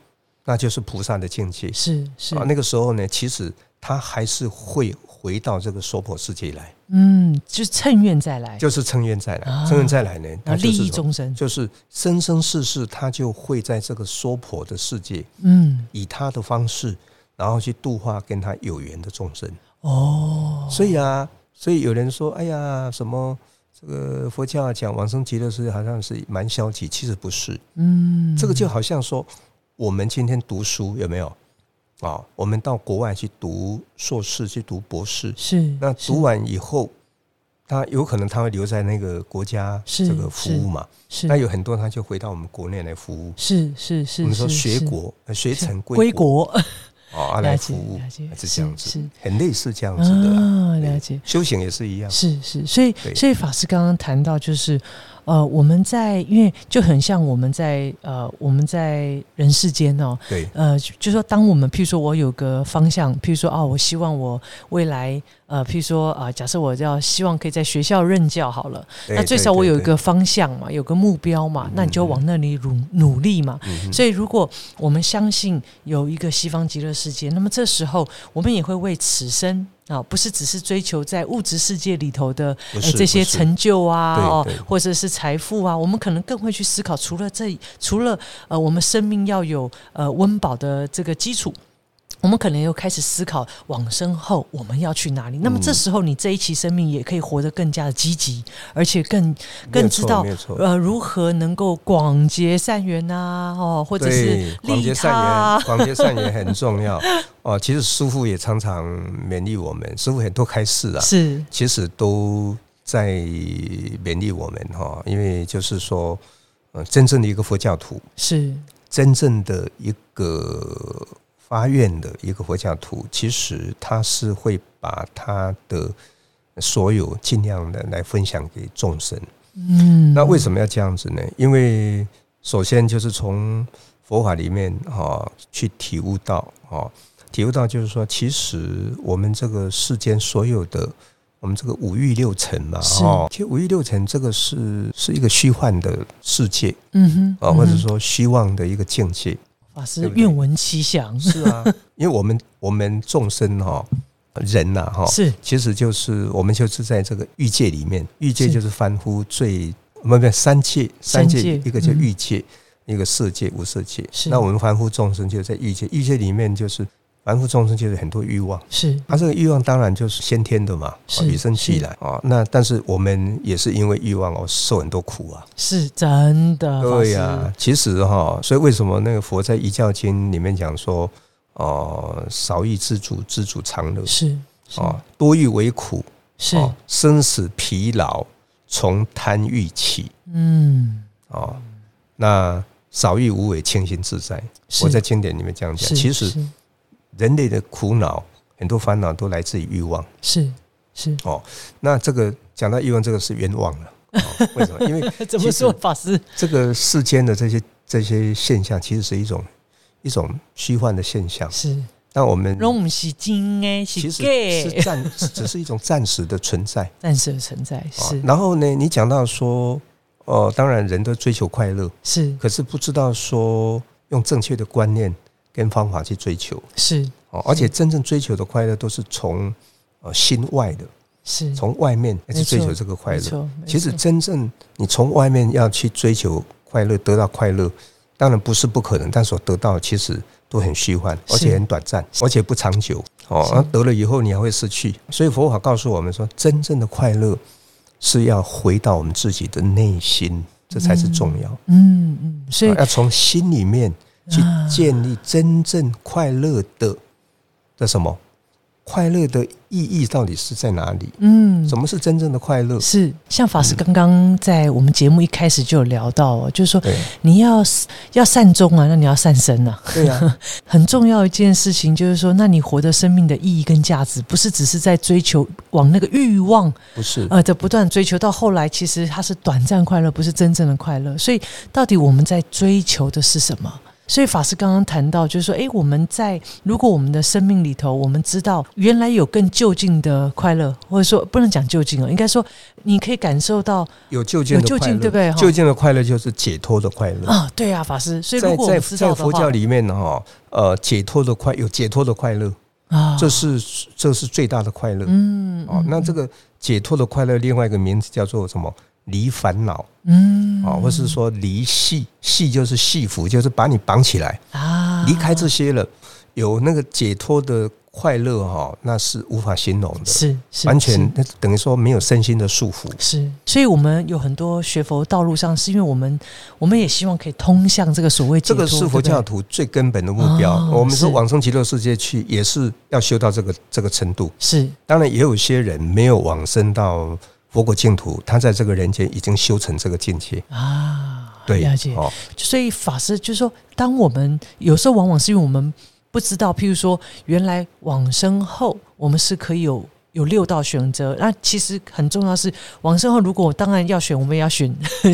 [SPEAKER 2] 那就是菩萨的境界
[SPEAKER 1] 是是
[SPEAKER 2] 啊。那个时候呢，其实他还是会回到这个娑婆世界来，
[SPEAKER 1] 嗯，就是趁愿再来，
[SPEAKER 2] 就是乘愿再
[SPEAKER 1] 啊
[SPEAKER 2] 来，乘愿再来呢，
[SPEAKER 1] 然
[SPEAKER 2] 他
[SPEAKER 1] 后利
[SPEAKER 2] 就是
[SPEAKER 1] 益
[SPEAKER 2] 什么
[SPEAKER 1] 众生，
[SPEAKER 2] 就是生生世世，他就会在这个娑婆的世界，
[SPEAKER 1] 嗯
[SPEAKER 2] 以他的方式，然后去度化跟他有缘的众生。
[SPEAKER 1] 哦
[SPEAKER 2] 所以啊，所以有人说，哎呀，什么这个佛教啊讲往生极乐世界好像是蛮消极，其实不是。
[SPEAKER 1] 嗯，
[SPEAKER 2] 这个就好像说，我们今天读书有没有？啊、我们到国外去读硕士，去读博士，
[SPEAKER 1] 是
[SPEAKER 2] 那
[SPEAKER 1] 是
[SPEAKER 2] 读完以后，他有可能他会留在那个国家
[SPEAKER 1] 是
[SPEAKER 2] 这个服务嘛？
[SPEAKER 1] 是
[SPEAKER 2] 那有很多他就回到我们国内来服务。
[SPEAKER 1] 是是是，
[SPEAKER 2] 我们说
[SPEAKER 1] 是
[SPEAKER 2] 学
[SPEAKER 1] 是
[SPEAKER 2] 国，呃学
[SPEAKER 1] 是
[SPEAKER 2] 成
[SPEAKER 1] 归
[SPEAKER 2] 归国
[SPEAKER 1] 国，
[SPEAKER 2] 哦，啊
[SPEAKER 1] 了
[SPEAKER 2] 来
[SPEAKER 1] 解
[SPEAKER 2] 服务
[SPEAKER 1] 了解
[SPEAKER 2] 是这样子，
[SPEAKER 1] 是
[SPEAKER 2] 很类似这样子的啦。
[SPEAKER 1] 啊，
[SPEAKER 2] 对
[SPEAKER 1] 了解。
[SPEAKER 2] 修行也是一样，
[SPEAKER 1] 是是，所以
[SPEAKER 2] 对
[SPEAKER 1] 所以法师刚刚谈到，就是呃，我们在因为就很像我们在呃我们在人世间哦，
[SPEAKER 2] 对
[SPEAKER 1] 哦呃，就就说当我们譬如说我有个方向，譬如说啊，我希望我未来呃，譬如说啊、假设我要希望可以在学校任教好了，
[SPEAKER 2] 对
[SPEAKER 1] 那最
[SPEAKER 2] 对
[SPEAKER 1] 少我
[SPEAKER 2] 对
[SPEAKER 1] 有一
[SPEAKER 2] 对嗯
[SPEAKER 1] 个方向嘛，有个目标嘛，那你就往那里努努力嘛。所以，如果我们相信有一个西方极乐世界，那么这时候我们也会为此生啊，不是只是追求在物质世界里头的
[SPEAKER 2] 不
[SPEAKER 1] 呃
[SPEAKER 2] 是
[SPEAKER 1] 这些
[SPEAKER 2] 不是
[SPEAKER 1] 成就啊，
[SPEAKER 2] 对
[SPEAKER 1] 哦
[SPEAKER 2] 对，
[SPEAKER 1] 或者是财富啊，我们可能更会去思考，除了这，除了呃，我们生命要有呃温饱的这个基础。我们可能又开始思考往生后我们要去哪里。那么
[SPEAKER 2] 嗯
[SPEAKER 1] 这时候，你这一期生命也可以活得更加的积极，而且更
[SPEAKER 2] 没有
[SPEAKER 1] 更
[SPEAKER 2] 错
[SPEAKER 1] 知道
[SPEAKER 2] 没有错
[SPEAKER 1] 呃如何能够广结善缘呐、哦，或者
[SPEAKER 2] 对
[SPEAKER 1] 是，
[SPEAKER 2] 广
[SPEAKER 1] 利
[SPEAKER 2] 结
[SPEAKER 1] 他
[SPEAKER 2] 善
[SPEAKER 1] 啊
[SPEAKER 2] 缘，，广结善缘很重要 哦。其实师傅也常常勉励我们，师傅很多开示啊，
[SPEAKER 1] 是
[SPEAKER 2] 其实都在勉励我们哈，因为就是说，呃，真正的一个佛教徒，
[SPEAKER 1] 是
[SPEAKER 2] 真正的一个发愿的一个佛教徒，其实他是会把他的所有尽量的来分享给众生。
[SPEAKER 1] 嗯，
[SPEAKER 2] 那为什么要这样子呢？因为首先就是从佛法里面哈、哦去体悟到哦，体悟到就是说，其实我们这个世间所有的我们这个五欲六尘嘛
[SPEAKER 1] 是
[SPEAKER 2] 哦，其实五欲六尘这个是是一个虚幻的世界
[SPEAKER 1] 嗯哼
[SPEAKER 2] 啊、哦
[SPEAKER 1] 嗯哼
[SPEAKER 2] 或者说虚妄的一个境界。
[SPEAKER 1] 法师
[SPEAKER 2] 对不对
[SPEAKER 1] 愿闻其详
[SPEAKER 2] 是啊， 因为我们我们众生哈、人呐、哈、
[SPEAKER 1] 是
[SPEAKER 2] 其实就是我们就是在这个欲界里面，欲界
[SPEAKER 1] 是
[SPEAKER 2] 就是凡夫最没有没有三界，
[SPEAKER 1] 三
[SPEAKER 2] 三
[SPEAKER 1] 界
[SPEAKER 2] 界一个叫
[SPEAKER 1] 嗯
[SPEAKER 2] 欲界，一个色界、无色界。
[SPEAKER 1] 是
[SPEAKER 2] 那我们凡夫众生就在欲界，欲界里面就是凡夫众生就是很多欲望。
[SPEAKER 1] 是
[SPEAKER 2] 他、这个欲望当然就是先天的嘛，
[SPEAKER 1] 是
[SPEAKER 2] 哦与生俱来啊、哦。那但是我们也是因为欲望哦，受很多苦啊。
[SPEAKER 1] 是真的，法
[SPEAKER 2] 对
[SPEAKER 1] 师
[SPEAKER 2] 呀、其实哈、所以为什么那个佛在《一教经》里面讲说，哦、少欲知足，知足常乐
[SPEAKER 1] 是是
[SPEAKER 2] 哦，多欲为苦，
[SPEAKER 1] 是
[SPEAKER 2] 哦，生死疲劳从贪欲起
[SPEAKER 1] 嗯，
[SPEAKER 2] 哦，那少欲无为，清心自在。
[SPEAKER 1] 是
[SPEAKER 2] 我在经典里面这样讲，
[SPEAKER 1] 是
[SPEAKER 2] 其实
[SPEAKER 1] 是
[SPEAKER 2] 人类的苦恼很多烦恼都来自于欲望。
[SPEAKER 1] 是是，
[SPEAKER 2] 那这个讲到欲望，这个是冤枉了、哦为什么？因为
[SPEAKER 1] 怎么
[SPEAKER 2] 嗯
[SPEAKER 1] 说法师？
[SPEAKER 2] 这个世间的这些这些现象，其实是一种一种虚幻的现象。
[SPEAKER 1] 是，
[SPEAKER 2] 但我们
[SPEAKER 1] 拢不是金诶，是
[SPEAKER 2] 其实是
[SPEAKER 1] gay，
[SPEAKER 2] 暂，只是一种暂时的存在。
[SPEAKER 1] 暂时的存在，
[SPEAKER 2] 哦
[SPEAKER 1] 是
[SPEAKER 2] 然后呢，你讲到说，呃，当然人都追求快乐，
[SPEAKER 1] 是
[SPEAKER 2] 可是不知道说用正确的观念跟方法去追求
[SPEAKER 1] 是
[SPEAKER 2] 哦，而且真正追求的快乐都是从呃心外的，
[SPEAKER 1] 是，
[SPEAKER 2] 从外面来去
[SPEAKER 1] 没错
[SPEAKER 2] 追求这个快
[SPEAKER 1] 没
[SPEAKER 2] 乐。
[SPEAKER 1] 错，没
[SPEAKER 2] 其实
[SPEAKER 1] 错
[SPEAKER 2] 真正你从外面要去追求快乐，得到快乐，当然不是不可能，但所得到的其实都很虚幻，
[SPEAKER 1] 是
[SPEAKER 2] 而且很短暂，而且不长久。哦，
[SPEAKER 1] 是
[SPEAKER 2] 那得了以后你还会失去。所以佛法告诉我们说，真正的快乐是要回到我们自己的内心，这才是重要。
[SPEAKER 1] 嗯嗯，所以
[SPEAKER 2] 啊要从心里面去
[SPEAKER 1] 啊
[SPEAKER 2] 建立真正快乐的的什么？快乐的意义到底是在哪里？
[SPEAKER 1] 嗯，
[SPEAKER 2] 什么是真正的快乐？
[SPEAKER 1] 是像法师刚刚在我们节目一开始就有聊到哦，就是说
[SPEAKER 2] 对
[SPEAKER 1] 你要要善终啊，那你要善生啊，
[SPEAKER 2] 对呀、
[SPEAKER 1] 很重要一件事情就是说，那你活的生命的意义跟价值，不是只是在追求往那个欲望
[SPEAKER 2] 不是。
[SPEAKER 1] 呃的不断追求，到后来其实它是短暂快乐，不是真正的快乐。所以到底我们在追求的是什么？所以法师刚刚谈到，就是说，诶，我们在如果我们的生命里头，我们知道原来有更就近的快乐，或者说不能讲就近了，应该说你可以感受到
[SPEAKER 2] 有就近的
[SPEAKER 1] 有就
[SPEAKER 2] 快
[SPEAKER 1] 近
[SPEAKER 2] 乐，
[SPEAKER 1] 对不对哈
[SPEAKER 2] 就近的快乐就是解脱的快乐。
[SPEAKER 1] 啊，对啊，法师。所以如
[SPEAKER 2] 在
[SPEAKER 1] 果我们
[SPEAKER 2] 在
[SPEAKER 1] 知道
[SPEAKER 2] 在
[SPEAKER 1] 的
[SPEAKER 2] 佛
[SPEAKER 1] 话，
[SPEAKER 2] 教里面呢，哈，呃，解脱的快有解脱的快乐，
[SPEAKER 1] 啊，
[SPEAKER 2] 这是这是最大的快乐。
[SPEAKER 1] 嗯
[SPEAKER 2] 哦，那这个解脱的快乐，另外一个名字叫做什么？离烦恼
[SPEAKER 1] 嗯
[SPEAKER 2] 啊，哦或是说离系，系就是系服，就是把你绑起来，
[SPEAKER 1] 啊，
[SPEAKER 2] 离开这些了，有那个解脱的快乐哈，那是无法形容的，
[SPEAKER 1] 是是
[SPEAKER 2] 完
[SPEAKER 1] 是
[SPEAKER 2] 全那等于说没有身心的束缚。
[SPEAKER 1] 是，所以我们有很多学佛道路上，是因为我们我们也希望可以通向这个所谓解
[SPEAKER 2] 这
[SPEAKER 1] 脱
[SPEAKER 2] 个是佛教徒最根本的目标。
[SPEAKER 1] 哦
[SPEAKER 2] 我们说
[SPEAKER 1] 是
[SPEAKER 2] 往生极乐世界去，也是要修到这个这个程度。
[SPEAKER 1] 对不对是
[SPEAKER 2] 当然，也有些人没有往生到佛国净土，他在这个人间已经修成这个境界。
[SPEAKER 1] 啊，
[SPEAKER 2] 对，
[SPEAKER 1] 了解。
[SPEAKER 2] 哦，
[SPEAKER 1] 所以法师就是说，当我们有时候往往是因为我们不知道，譬如说，原来往生后我们是可以有有六道选择，那其实很重要是往生后，如果我当然要选，我们也要选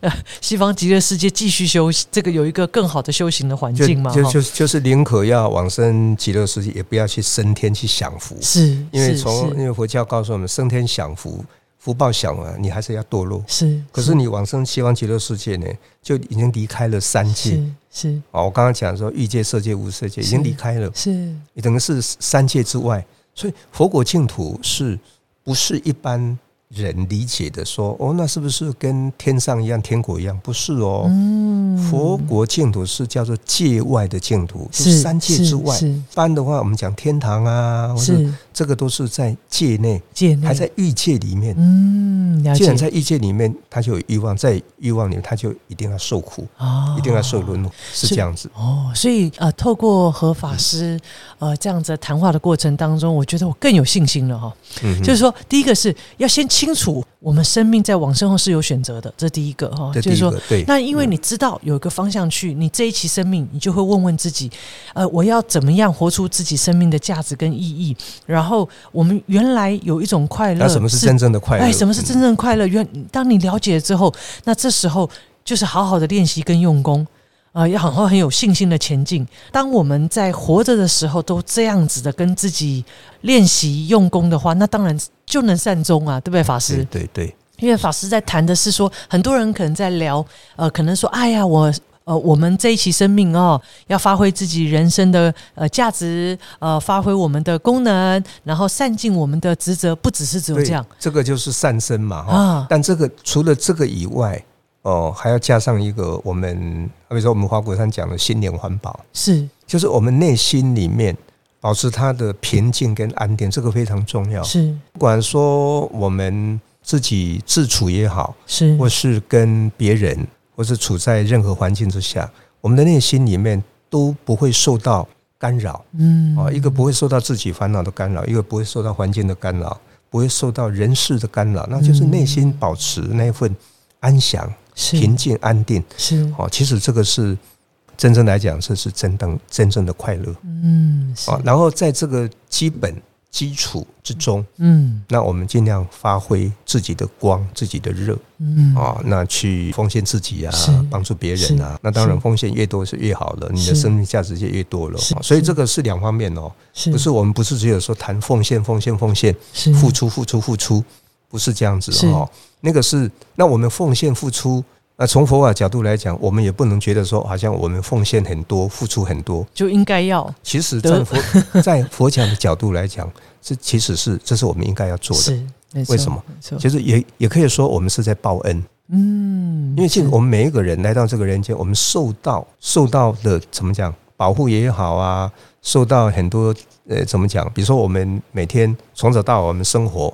[SPEAKER 1] 呃西方极乐世界继续修这个有一个更好的修行的环
[SPEAKER 2] 就
[SPEAKER 1] 境嘛，哦
[SPEAKER 2] 就
[SPEAKER 1] 哈
[SPEAKER 2] 就是就是宁可要往生极乐世界，也不要去升天去享福，
[SPEAKER 1] 是，
[SPEAKER 2] 因为
[SPEAKER 1] 是
[SPEAKER 2] 从因
[SPEAKER 1] 是
[SPEAKER 2] 为佛教告诉我们，升天享福，福报享完，你还是要堕落。
[SPEAKER 1] 是，
[SPEAKER 2] 可是你往生西方极乐世界呢，就已经离开了三界
[SPEAKER 1] 是是
[SPEAKER 2] 哦。我刚刚讲说欲界、色界、无色界已
[SPEAKER 1] 是
[SPEAKER 2] 经离开了，
[SPEAKER 1] 是
[SPEAKER 2] 你等于是三界之外。所以佛国净土是不是一般人理解的说哦，那是不是跟天上一样、天国一样？不是哦，
[SPEAKER 1] 嗯
[SPEAKER 2] 佛国净土是叫做界外的净土，就是三界
[SPEAKER 1] 是
[SPEAKER 2] 之外。
[SPEAKER 1] 是
[SPEAKER 2] 一般的话，我们讲天堂啊，或者
[SPEAKER 1] 是
[SPEAKER 2] 这个都是在界内，
[SPEAKER 1] 界内
[SPEAKER 2] 还在欲界里面。
[SPEAKER 1] 嗯了
[SPEAKER 2] 既
[SPEAKER 1] 解
[SPEAKER 2] 然在欲界里面，他就有欲望，在欲望里面，他就一定要受苦，
[SPEAKER 1] 啊
[SPEAKER 2] 一定要受轮回，是
[SPEAKER 1] 是
[SPEAKER 2] 这样子。
[SPEAKER 1] 哦，所以呃，透过和法师呃这样子谈话的过程当中，我觉得我更有信心了哈。
[SPEAKER 2] 嗯，
[SPEAKER 1] 就是说，第一个是要先清楚我们生命在往生后是有选择的，这第一个哈。
[SPEAKER 2] 这
[SPEAKER 1] 就是
[SPEAKER 2] 第一
[SPEAKER 1] 说，
[SPEAKER 2] 个对。
[SPEAKER 1] 那因为你知道有一个方向去，你这一期生命，你就会问问自己，呃，我要怎么样活出自己生命的价值跟意义？然后我们原来有一种快乐，
[SPEAKER 2] 那什么是真正的快乐？嗯
[SPEAKER 1] 哎，什么是真正的快乐？原当你了解之后，那这时候就是好好的练习跟用功。啊、要好好很有信心的前进。当我们在活着的时候都这样子的跟自己练习用功的话，那当然就能善终啊，对不对，法
[SPEAKER 2] 对
[SPEAKER 1] 师？
[SPEAKER 2] 对对，
[SPEAKER 1] 因为法师在谈的是说，很多人可能在聊，呃，可能说，哎呀，我。呃，我们这一期生命哦，要发挥自己人生的呃价值，呃，发挥我们的功能，然后善尽我们的职责，不只是只有
[SPEAKER 2] 对
[SPEAKER 1] 这样
[SPEAKER 2] 这个就是善身嘛哈。
[SPEAKER 1] 啊。
[SPEAKER 2] 但这个除了这个以外，哦，还要加上一个我们，比如说我们花果山讲的心灵环保，
[SPEAKER 1] 是
[SPEAKER 2] 就是我们内心里面保持它的平静跟安定，这个非常重要。
[SPEAKER 1] 是
[SPEAKER 2] 不管说我们自己自处也好，
[SPEAKER 1] 是，
[SPEAKER 2] 或是跟别人，或是处在任何环境之下，我们的内心里面都不会受到干扰
[SPEAKER 1] 嗯
[SPEAKER 2] 啊，一个不会受到自己烦恼的干扰，一个不会受到环境的干扰，不会受到人事的干扰，那就是内心保持那份安详、
[SPEAKER 1] 是
[SPEAKER 2] 平静、安定。
[SPEAKER 1] 是
[SPEAKER 2] 哦，其实这个是真正来讲，这是真正真正的快乐
[SPEAKER 1] 嗯是
[SPEAKER 2] 啊。然后在这个基本基础之中，
[SPEAKER 1] 嗯
[SPEAKER 2] 那我们尽量发挥自己的光、自己的热
[SPEAKER 1] 嗯
[SPEAKER 2] 啊，那去奉献自己啊
[SPEAKER 1] 是，
[SPEAKER 2] 帮助别人啊
[SPEAKER 1] 是。
[SPEAKER 2] 那当然，
[SPEAKER 1] 是
[SPEAKER 2] 奉献越多是越好的，你的
[SPEAKER 1] 是
[SPEAKER 2] 生命价值就越多了
[SPEAKER 1] 是。
[SPEAKER 2] 啊所以
[SPEAKER 1] 是
[SPEAKER 2] 这个是两方面哦，
[SPEAKER 1] 是
[SPEAKER 2] 不是我们不是只有说谈奉献、奉献、奉献，
[SPEAKER 1] 是
[SPEAKER 2] 付出、付出、付出，不是这样子
[SPEAKER 1] 是
[SPEAKER 2] 哦。那个是，那我们奉献、付出，那从佛法角度来讲，我们也不能觉得说，好像我们奉献很多、付出很多。
[SPEAKER 1] 就应该要
[SPEAKER 2] 其实，在
[SPEAKER 1] 得
[SPEAKER 2] 佛 在佛教的角度来讲，这其实是这是我们应该要做的。
[SPEAKER 1] 是没
[SPEAKER 2] 为
[SPEAKER 1] 错
[SPEAKER 2] 什么？
[SPEAKER 1] 没错
[SPEAKER 2] 其实也也可以说，我们是在报恩，
[SPEAKER 1] 嗯，
[SPEAKER 2] 因为这
[SPEAKER 1] 是
[SPEAKER 2] 个我们每一个人来到这个人间，我们受到受到的怎么讲保护也好啊，受到很多呃怎么讲，比如说我们每天从早到晚我们生活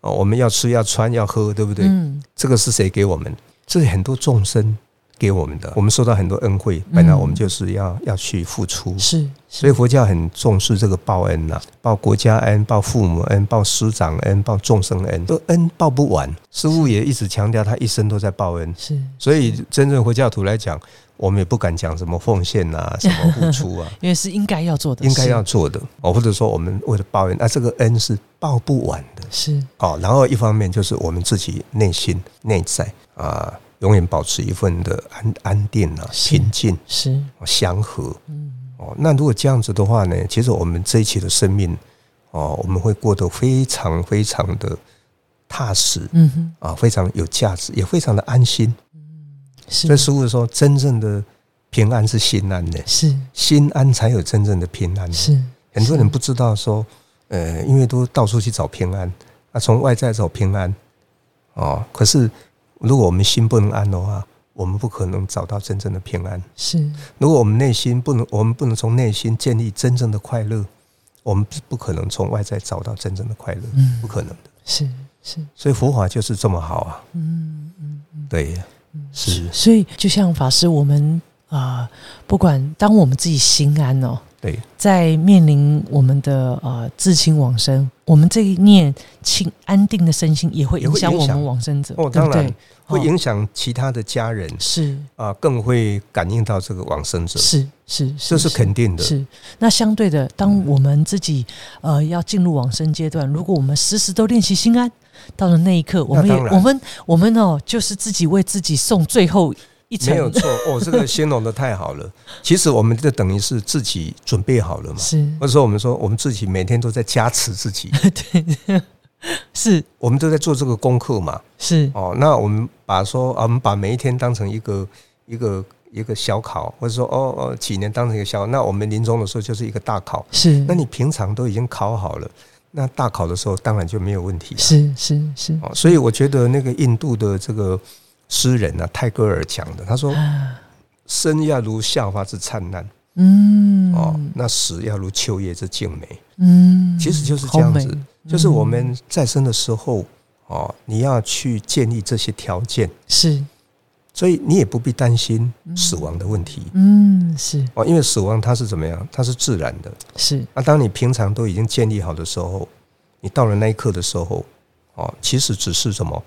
[SPEAKER 2] 哦，我们要吃要穿要喝，对不对？
[SPEAKER 1] 嗯
[SPEAKER 2] 这个是谁给我们？这是很多众生给我们的，我们受到很多恩惠，
[SPEAKER 1] 嗯
[SPEAKER 2] 本来我们就是要要去付出。
[SPEAKER 1] 是
[SPEAKER 2] 所以
[SPEAKER 1] 是
[SPEAKER 2] 佛教很重视这个报恩呐、报国家恩、报父母恩、报师长恩、报众生恩，都恩报不完。师父也一直强调，他一生都在报恩。
[SPEAKER 1] 是，
[SPEAKER 2] 所以，真正佛教徒来讲，我们也不敢讲什么奉献啊、什么付出 啊，
[SPEAKER 1] 因为是应该要做的，
[SPEAKER 2] 应该
[SPEAKER 1] 是
[SPEAKER 2] 要做的哦，或者说我们为了报恩，那、啊这个恩是报不完的
[SPEAKER 1] 是
[SPEAKER 2] 哦。然后一方面就是我们自己内心内在啊、永远保持一份的安安定啊、
[SPEAKER 1] 是
[SPEAKER 2] 平静、
[SPEAKER 1] 是
[SPEAKER 2] 哦祥和
[SPEAKER 1] 嗯
[SPEAKER 2] 哦。那如果这样子的话呢，其实我们这一期的生命哦，我们会过得非常非常的踏实
[SPEAKER 1] 嗯哼
[SPEAKER 2] 啊，非常有价值，也非常的安心。
[SPEAKER 1] 是
[SPEAKER 2] 所以师傅说，真正的平安是心安的，
[SPEAKER 1] 是
[SPEAKER 2] 心安才有真正的平安。
[SPEAKER 1] 是
[SPEAKER 2] 很多人不知道说，呃，因为都到处去找平安，啊，从外在找平安，哦，可是如果我们心不能安的话，我们不可能找到真正的平安。
[SPEAKER 1] 是
[SPEAKER 2] 如果我们内心不能，我们不能从内心建立真正的快乐，我们不可能从外在找到真正的快乐，
[SPEAKER 1] 嗯
[SPEAKER 2] 不可能的。
[SPEAKER 1] 是是
[SPEAKER 2] 所以佛法就是这么好啊，
[SPEAKER 1] 嗯嗯嗯。
[SPEAKER 2] 对，是
[SPEAKER 1] 所以，就像法师，我们啊、呃不管当我们自己心安哦，
[SPEAKER 2] 对，
[SPEAKER 1] 在面临我们的呃至亲往生，我们这一念清安定的身心也会
[SPEAKER 2] 也
[SPEAKER 1] 影
[SPEAKER 2] 会
[SPEAKER 1] 响
[SPEAKER 2] 影
[SPEAKER 1] 我们
[SPEAKER 2] 响
[SPEAKER 1] 往生者，对
[SPEAKER 2] 哦
[SPEAKER 1] 不
[SPEAKER 2] 当然
[SPEAKER 1] 对？
[SPEAKER 2] 会
[SPEAKER 1] 哦
[SPEAKER 2] 影响其他的家人
[SPEAKER 1] 是
[SPEAKER 2] 啊，更会感应到这个往生者，
[SPEAKER 1] 是是，
[SPEAKER 2] 这是肯定的。嗯
[SPEAKER 1] 是，那相对的，当我们自己呃要进入往生阶段，如果我们时时都练习心安，到了那一刻，我
[SPEAKER 2] 那
[SPEAKER 1] 们也
[SPEAKER 2] 当然
[SPEAKER 1] 我们我们哦，就是自己为自己送最后一
[SPEAKER 2] 没有
[SPEAKER 1] 程，
[SPEAKER 2] 错哦，这个形容的太好了。其实我们这等于是自己准备好了嘛，
[SPEAKER 1] 是
[SPEAKER 2] 或者说我们说我们自己每天都在加持 自己，
[SPEAKER 1] 是
[SPEAKER 2] 我们都在做这个功课嘛。
[SPEAKER 1] 是
[SPEAKER 2] 哦，那我们把说，啊我们把每一天当成一个一个一个小考，或者说哦哦几年当成一个小考，那我们临终的时候就是一个大考。
[SPEAKER 1] 是
[SPEAKER 2] 那你平常都已经考好了，那大考的时候当然就没有问题、啊。
[SPEAKER 1] 是是是
[SPEAKER 2] 哦，所以我觉得那个印度的这个诗人啊，泰戈尔讲的，他说
[SPEAKER 1] 啊，：“
[SPEAKER 2] 生要如夏花之灿烂，
[SPEAKER 1] 嗯
[SPEAKER 2] 哦，那死要如秋叶之静美。
[SPEAKER 1] 嗯，
[SPEAKER 2] 其实就是这
[SPEAKER 1] 好
[SPEAKER 2] 样
[SPEAKER 1] 美
[SPEAKER 2] 子，就是我
[SPEAKER 1] 嗯
[SPEAKER 2] 们在生的时候，哦，你要去建立这些条件，
[SPEAKER 1] 是
[SPEAKER 2] 所以你也不必担心
[SPEAKER 1] 嗯
[SPEAKER 2] 死亡的问题
[SPEAKER 1] 嗯是
[SPEAKER 2] 哦，因为死亡它是怎么样？它是自然的。
[SPEAKER 1] 是
[SPEAKER 2] 那、当你平常都已经建立好的时候，你到了那一刻的时候，哦，其实只是什么？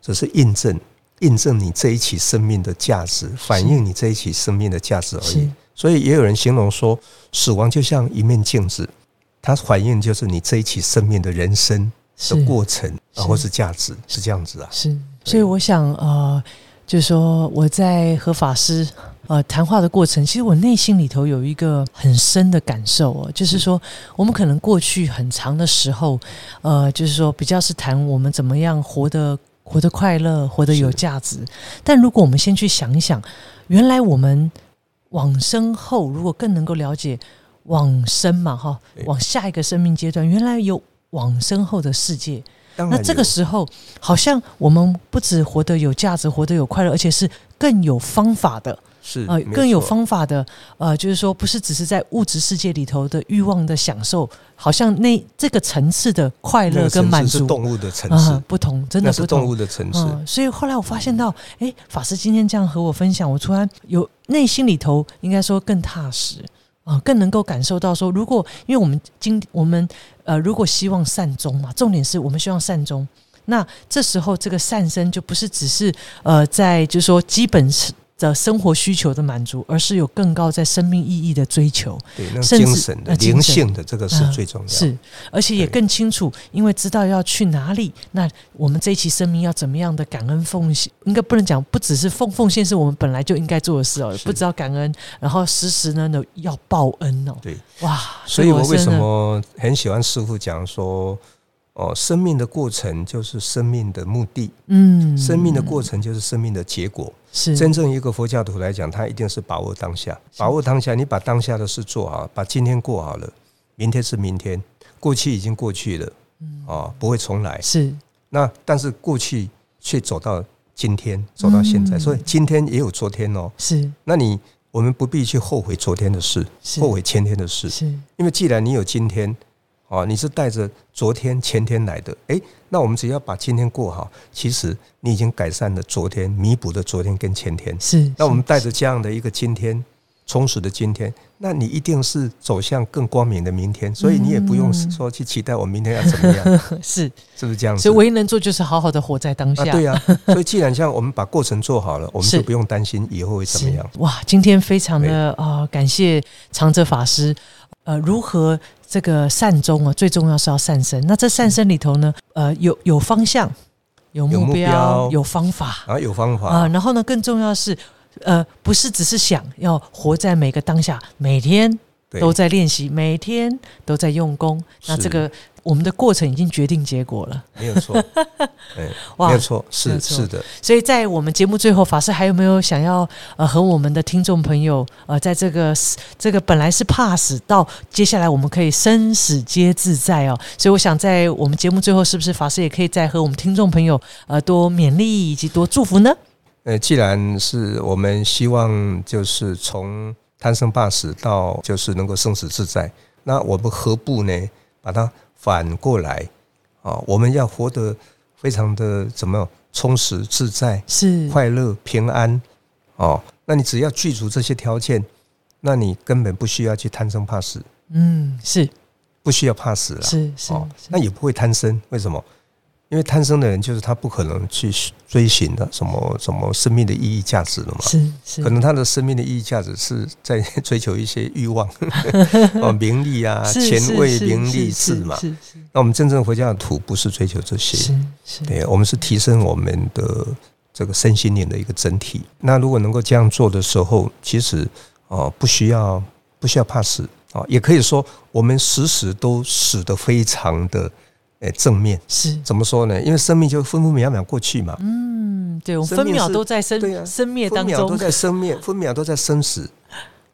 [SPEAKER 2] 只是印证印证你这一期生命的价值，反映你这一期生命的价值而已
[SPEAKER 1] 是。
[SPEAKER 2] 所以也有人形容说，死亡就像一面镜子，它反映就是你这一期生命的人生
[SPEAKER 1] 是
[SPEAKER 2] 的过程
[SPEAKER 1] 是
[SPEAKER 2] 啊，或是价值，是这样子啊。
[SPEAKER 1] 是，
[SPEAKER 2] 对
[SPEAKER 1] 所以我想，呃，就是说我在和法师呃谈话的过程，其实我内心里头有一个很深的感受哦，就是说，我们可能过去很长的时候，呃，就是说比较是谈我们怎么样活得活得快乐，活得有
[SPEAKER 2] 是
[SPEAKER 1] 价值。但如果我们先去想一想，原来我们往生后，如果更能够了解往生嘛，哈，
[SPEAKER 2] 对
[SPEAKER 1] 往下一个生命阶段，原来有往生后的世界。
[SPEAKER 2] 当
[SPEAKER 1] 那
[SPEAKER 2] 然有，
[SPEAKER 1] 这个时候，好像我们不止活得有价值，活得有快乐，而且是更有方法的，
[SPEAKER 2] 是
[SPEAKER 1] 呃
[SPEAKER 2] 没，
[SPEAKER 1] 更有
[SPEAKER 2] 错
[SPEAKER 1] 方法的，呃，就是说，不是只是在物质世界里头的欲望的享受，好像那这个层次的快
[SPEAKER 2] 那
[SPEAKER 1] 乐跟
[SPEAKER 2] 个层次
[SPEAKER 1] 满
[SPEAKER 2] 是
[SPEAKER 1] 足
[SPEAKER 2] 动物的层
[SPEAKER 1] 啊、
[SPEAKER 2] 次，
[SPEAKER 1] 不同，真
[SPEAKER 2] 那
[SPEAKER 1] 的
[SPEAKER 2] 是
[SPEAKER 1] 不
[SPEAKER 2] 动
[SPEAKER 1] 同。
[SPEAKER 2] 物的层次。
[SPEAKER 1] 嗯，所以后来我发现到，哎，法师今天这样和我分享，我突然有内心里头应该说更踏实啊、更能够感受到说，如果因为我们今我们呃，如果希望善终嘛，重点是我们希望善终，那这时候这个善生就不是只是呃，在就是说基本的生活需求的满足，而是有更高在生命意义的追求。
[SPEAKER 2] 对，那
[SPEAKER 1] 甚至
[SPEAKER 2] 精神的、
[SPEAKER 1] 呃精神
[SPEAKER 2] 灵性的，这个是
[SPEAKER 1] 嗯
[SPEAKER 2] 最重要的。
[SPEAKER 1] 是，而且也
[SPEAKER 2] 对
[SPEAKER 1] 更清楚，因为知道要去哪里。那我们这一期生命要怎么样的感恩奉献？应该不能讲，不只是奉奉献是我们本来就应该做的事哦，
[SPEAKER 2] 是
[SPEAKER 1] 不知道感恩，然后时时呢呢要报恩哦。
[SPEAKER 2] 对，
[SPEAKER 1] 哇，
[SPEAKER 2] 所以我为
[SPEAKER 1] 真
[SPEAKER 2] 什
[SPEAKER 1] 的
[SPEAKER 2] 么很喜欢师傅讲说，哦，生命的过程就是生命的目的，
[SPEAKER 1] 嗯，
[SPEAKER 2] 生命的过程就是生命的结果。
[SPEAKER 1] 是
[SPEAKER 2] 真正一个佛教徒来讲，他一定是把握当下，把握当下，你把当下的事做好，把今天过好了，明天是明天，过去已经过去了，
[SPEAKER 1] 嗯
[SPEAKER 2] 哦，不会重来。
[SPEAKER 1] 是
[SPEAKER 2] 那但是过去却走到今天，走到现在，
[SPEAKER 1] 嗯
[SPEAKER 2] 所以今天也有昨天哦。
[SPEAKER 1] 是
[SPEAKER 2] 那你我们不必去后悔昨天的事，
[SPEAKER 1] 是
[SPEAKER 2] 后悔前天的事，
[SPEAKER 1] 是
[SPEAKER 2] 因为既然你有今天，哦，你是带着昨天、前天来的，诶，那我们只要把今天过好，其实你已经改善了昨天，弥补了昨天跟前天。
[SPEAKER 1] 是，
[SPEAKER 2] 那我们
[SPEAKER 1] 是
[SPEAKER 2] 带着这样的一个今天，充实的今天，那你一定是走向更光明的明天。所以你也不用
[SPEAKER 1] 嗯
[SPEAKER 2] 说去期待我明天要 怎么样，
[SPEAKER 1] 是，
[SPEAKER 2] 是不是这样子
[SPEAKER 1] 所以？唯一能做就是好好的活在当下。
[SPEAKER 2] 啊，对呀、所以既然像我们把过程做好了，我们
[SPEAKER 1] 是
[SPEAKER 2] 就不用担心以后会怎么
[SPEAKER 1] 是
[SPEAKER 2] 样。
[SPEAKER 1] 哇，今天非常的啊、呃感谢长者法师，呃，如何这个善终啊，最重要是要善生。那这善生里头呢，呃，有有方向，有目
[SPEAKER 2] 有目标
[SPEAKER 1] 有方法
[SPEAKER 2] 然后有方法，
[SPEAKER 1] 啊、然后呢，更重要的是，呃，不是只是想要活在每个当下，每天
[SPEAKER 2] 对，
[SPEAKER 1] 都在练习，每天都在用功。那
[SPEAKER 2] 是
[SPEAKER 1] 这个我们的过程已经决定结果了。
[SPEAKER 2] 没有 错，嗯，
[SPEAKER 1] 哇
[SPEAKER 2] 没有错，
[SPEAKER 1] 没有
[SPEAKER 2] 是
[SPEAKER 1] 错
[SPEAKER 2] 是的，
[SPEAKER 1] 所以在我们节目最后，法师还有没有想要呃和我们的听众朋友呃，在这个死这个本来是怕死，到接下来我们可以生死皆自在哦。所以我想在我们节目最后，是不是法师也可以再和我们听众朋友呃多勉励以及多祝福呢？
[SPEAKER 2] 呃，既然是我们希望就是从贪生怕死到就是能够生死自在，那我们何不呢把它反过来啊？我们要活得非常的怎么样充实、自在、
[SPEAKER 1] 是
[SPEAKER 2] 啊快乐、平安哦。那你只要具足这些条件，那你根本不需要去贪生怕死，
[SPEAKER 1] 嗯，是
[SPEAKER 2] 不需要怕死了。
[SPEAKER 1] 是是
[SPEAKER 2] 哦，，
[SPEAKER 1] 是
[SPEAKER 2] 那也不会贪生，为什么？因为贪生的人就是他不可能去追寻的什么什么生命的意义价值了嘛。
[SPEAKER 1] 是是
[SPEAKER 2] 可能他的生命的意义价值是在 追求一些欲 望，哦，名利啊，
[SPEAKER 1] 是
[SPEAKER 2] 前
[SPEAKER 1] 是
[SPEAKER 2] 卫、
[SPEAKER 1] 是
[SPEAKER 2] 名利、
[SPEAKER 1] 是
[SPEAKER 2] 智嘛。
[SPEAKER 1] 是是
[SPEAKER 2] 那我们真正回家的土不是追求这
[SPEAKER 1] 是
[SPEAKER 2] 些，
[SPEAKER 1] 是是
[SPEAKER 2] 对，我们是提升我们的这个身心灵的一个整体。那如果能够这样做的时候，其实哦、呃不需要不需要怕死啊、哦也可以说我们时时都死得非常的呃正面。
[SPEAKER 1] 是，
[SPEAKER 2] 怎么说呢？因为生命就分分秒秒过去嘛，
[SPEAKER 1] 嗯，对，我们
[SPEAKER 2] 生
[SPEAKER 1] 分
[SPEAKER 2] 命
[SPEAKER 1] 秒
[SPEAKER 2] 是
[SPEAKER 1] 都在生
[SPEAKER 2] 对啊
[SPEAKER 1] 生灭
[SPEAKER 2] 分
[SPEAKER 1] 当
[SPEAKER 2] 秒都
[SPEAKER 1] 中，
[SPEAKER 2] 在生灭，分秒都在生死。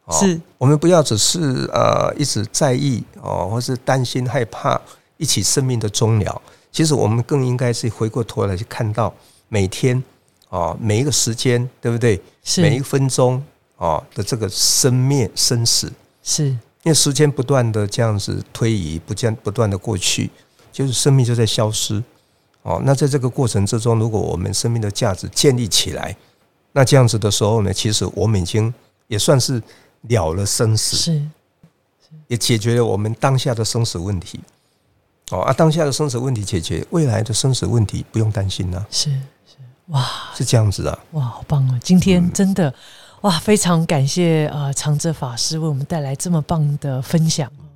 [SPEAKER 2] 哦
[SPEAKER 1] 是
[SPEAKER 2] 我们不要只是呃一直在意哦，或是担心害怕一起生命的终了。其实我们更应该是回过头来去看到每天哦每一个时间，对不对？每一
[SPEAKER 1] 是
[SPEAKER 2] 分钟哦的这个生灭生死，
[SPEAKER 1] 是
[SPEAKER 2] 因为时间不断的这样子推移，不断不断的过去，就是生命就在消失。哦，那在这个过程之中，如果我们生命的价值建立起来，那这样子的时候呢，其实我们已经也算是了了生死。
[SPEAKER 1] 是
[SPEAKER 2] 也解决了我们当下的生死问题。哦啊，当下的生死问题解决，未来的生死问题不用担心啦、
[SPEAKER 1] 是是，哇，
[SPEAKER 2] 是这样子啊。
[SPEAKER 1] 哇，好棒哦！今天真的、哇，非常感谢呃长泽法师为我们带来这么棒的分享哦。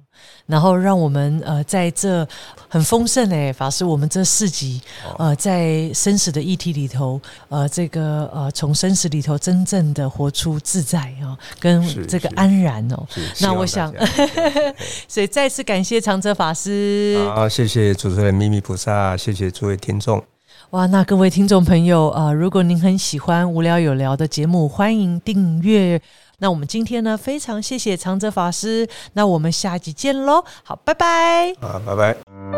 [SPEAKER 1] 然后让我们呃在这很丰盛哎，法师，我们这四集
[SPEAKER 2] 哦
[SPEAKER 1] 呃在生死的议题里头，呃这个呃从生死里头真正的活出自在啊、哦，
[SPEAKER 2] 是
[SPEAKER 1] 跟这个
[SPEAKER 2] 是
[SPEAKER 1] 安然哦。
[SPEAKER 2] 是
[SPEAKER 1] 那我想 所以再次感谢长泽法师。
[SPEAKER 2] 啊，谢谢主持人秘密菩萨，谢谢诸位听众。
[SPEAKER 1] 哇，那各位听众朋友啊、呃如果您很喜欢《无聊有聊》的节目，欢迎订阅。那我们今天呢，非常谢谢长泽法师，那我们下集见喽，好，拜拜。
[SPEAKER 2] 啊，拜拜。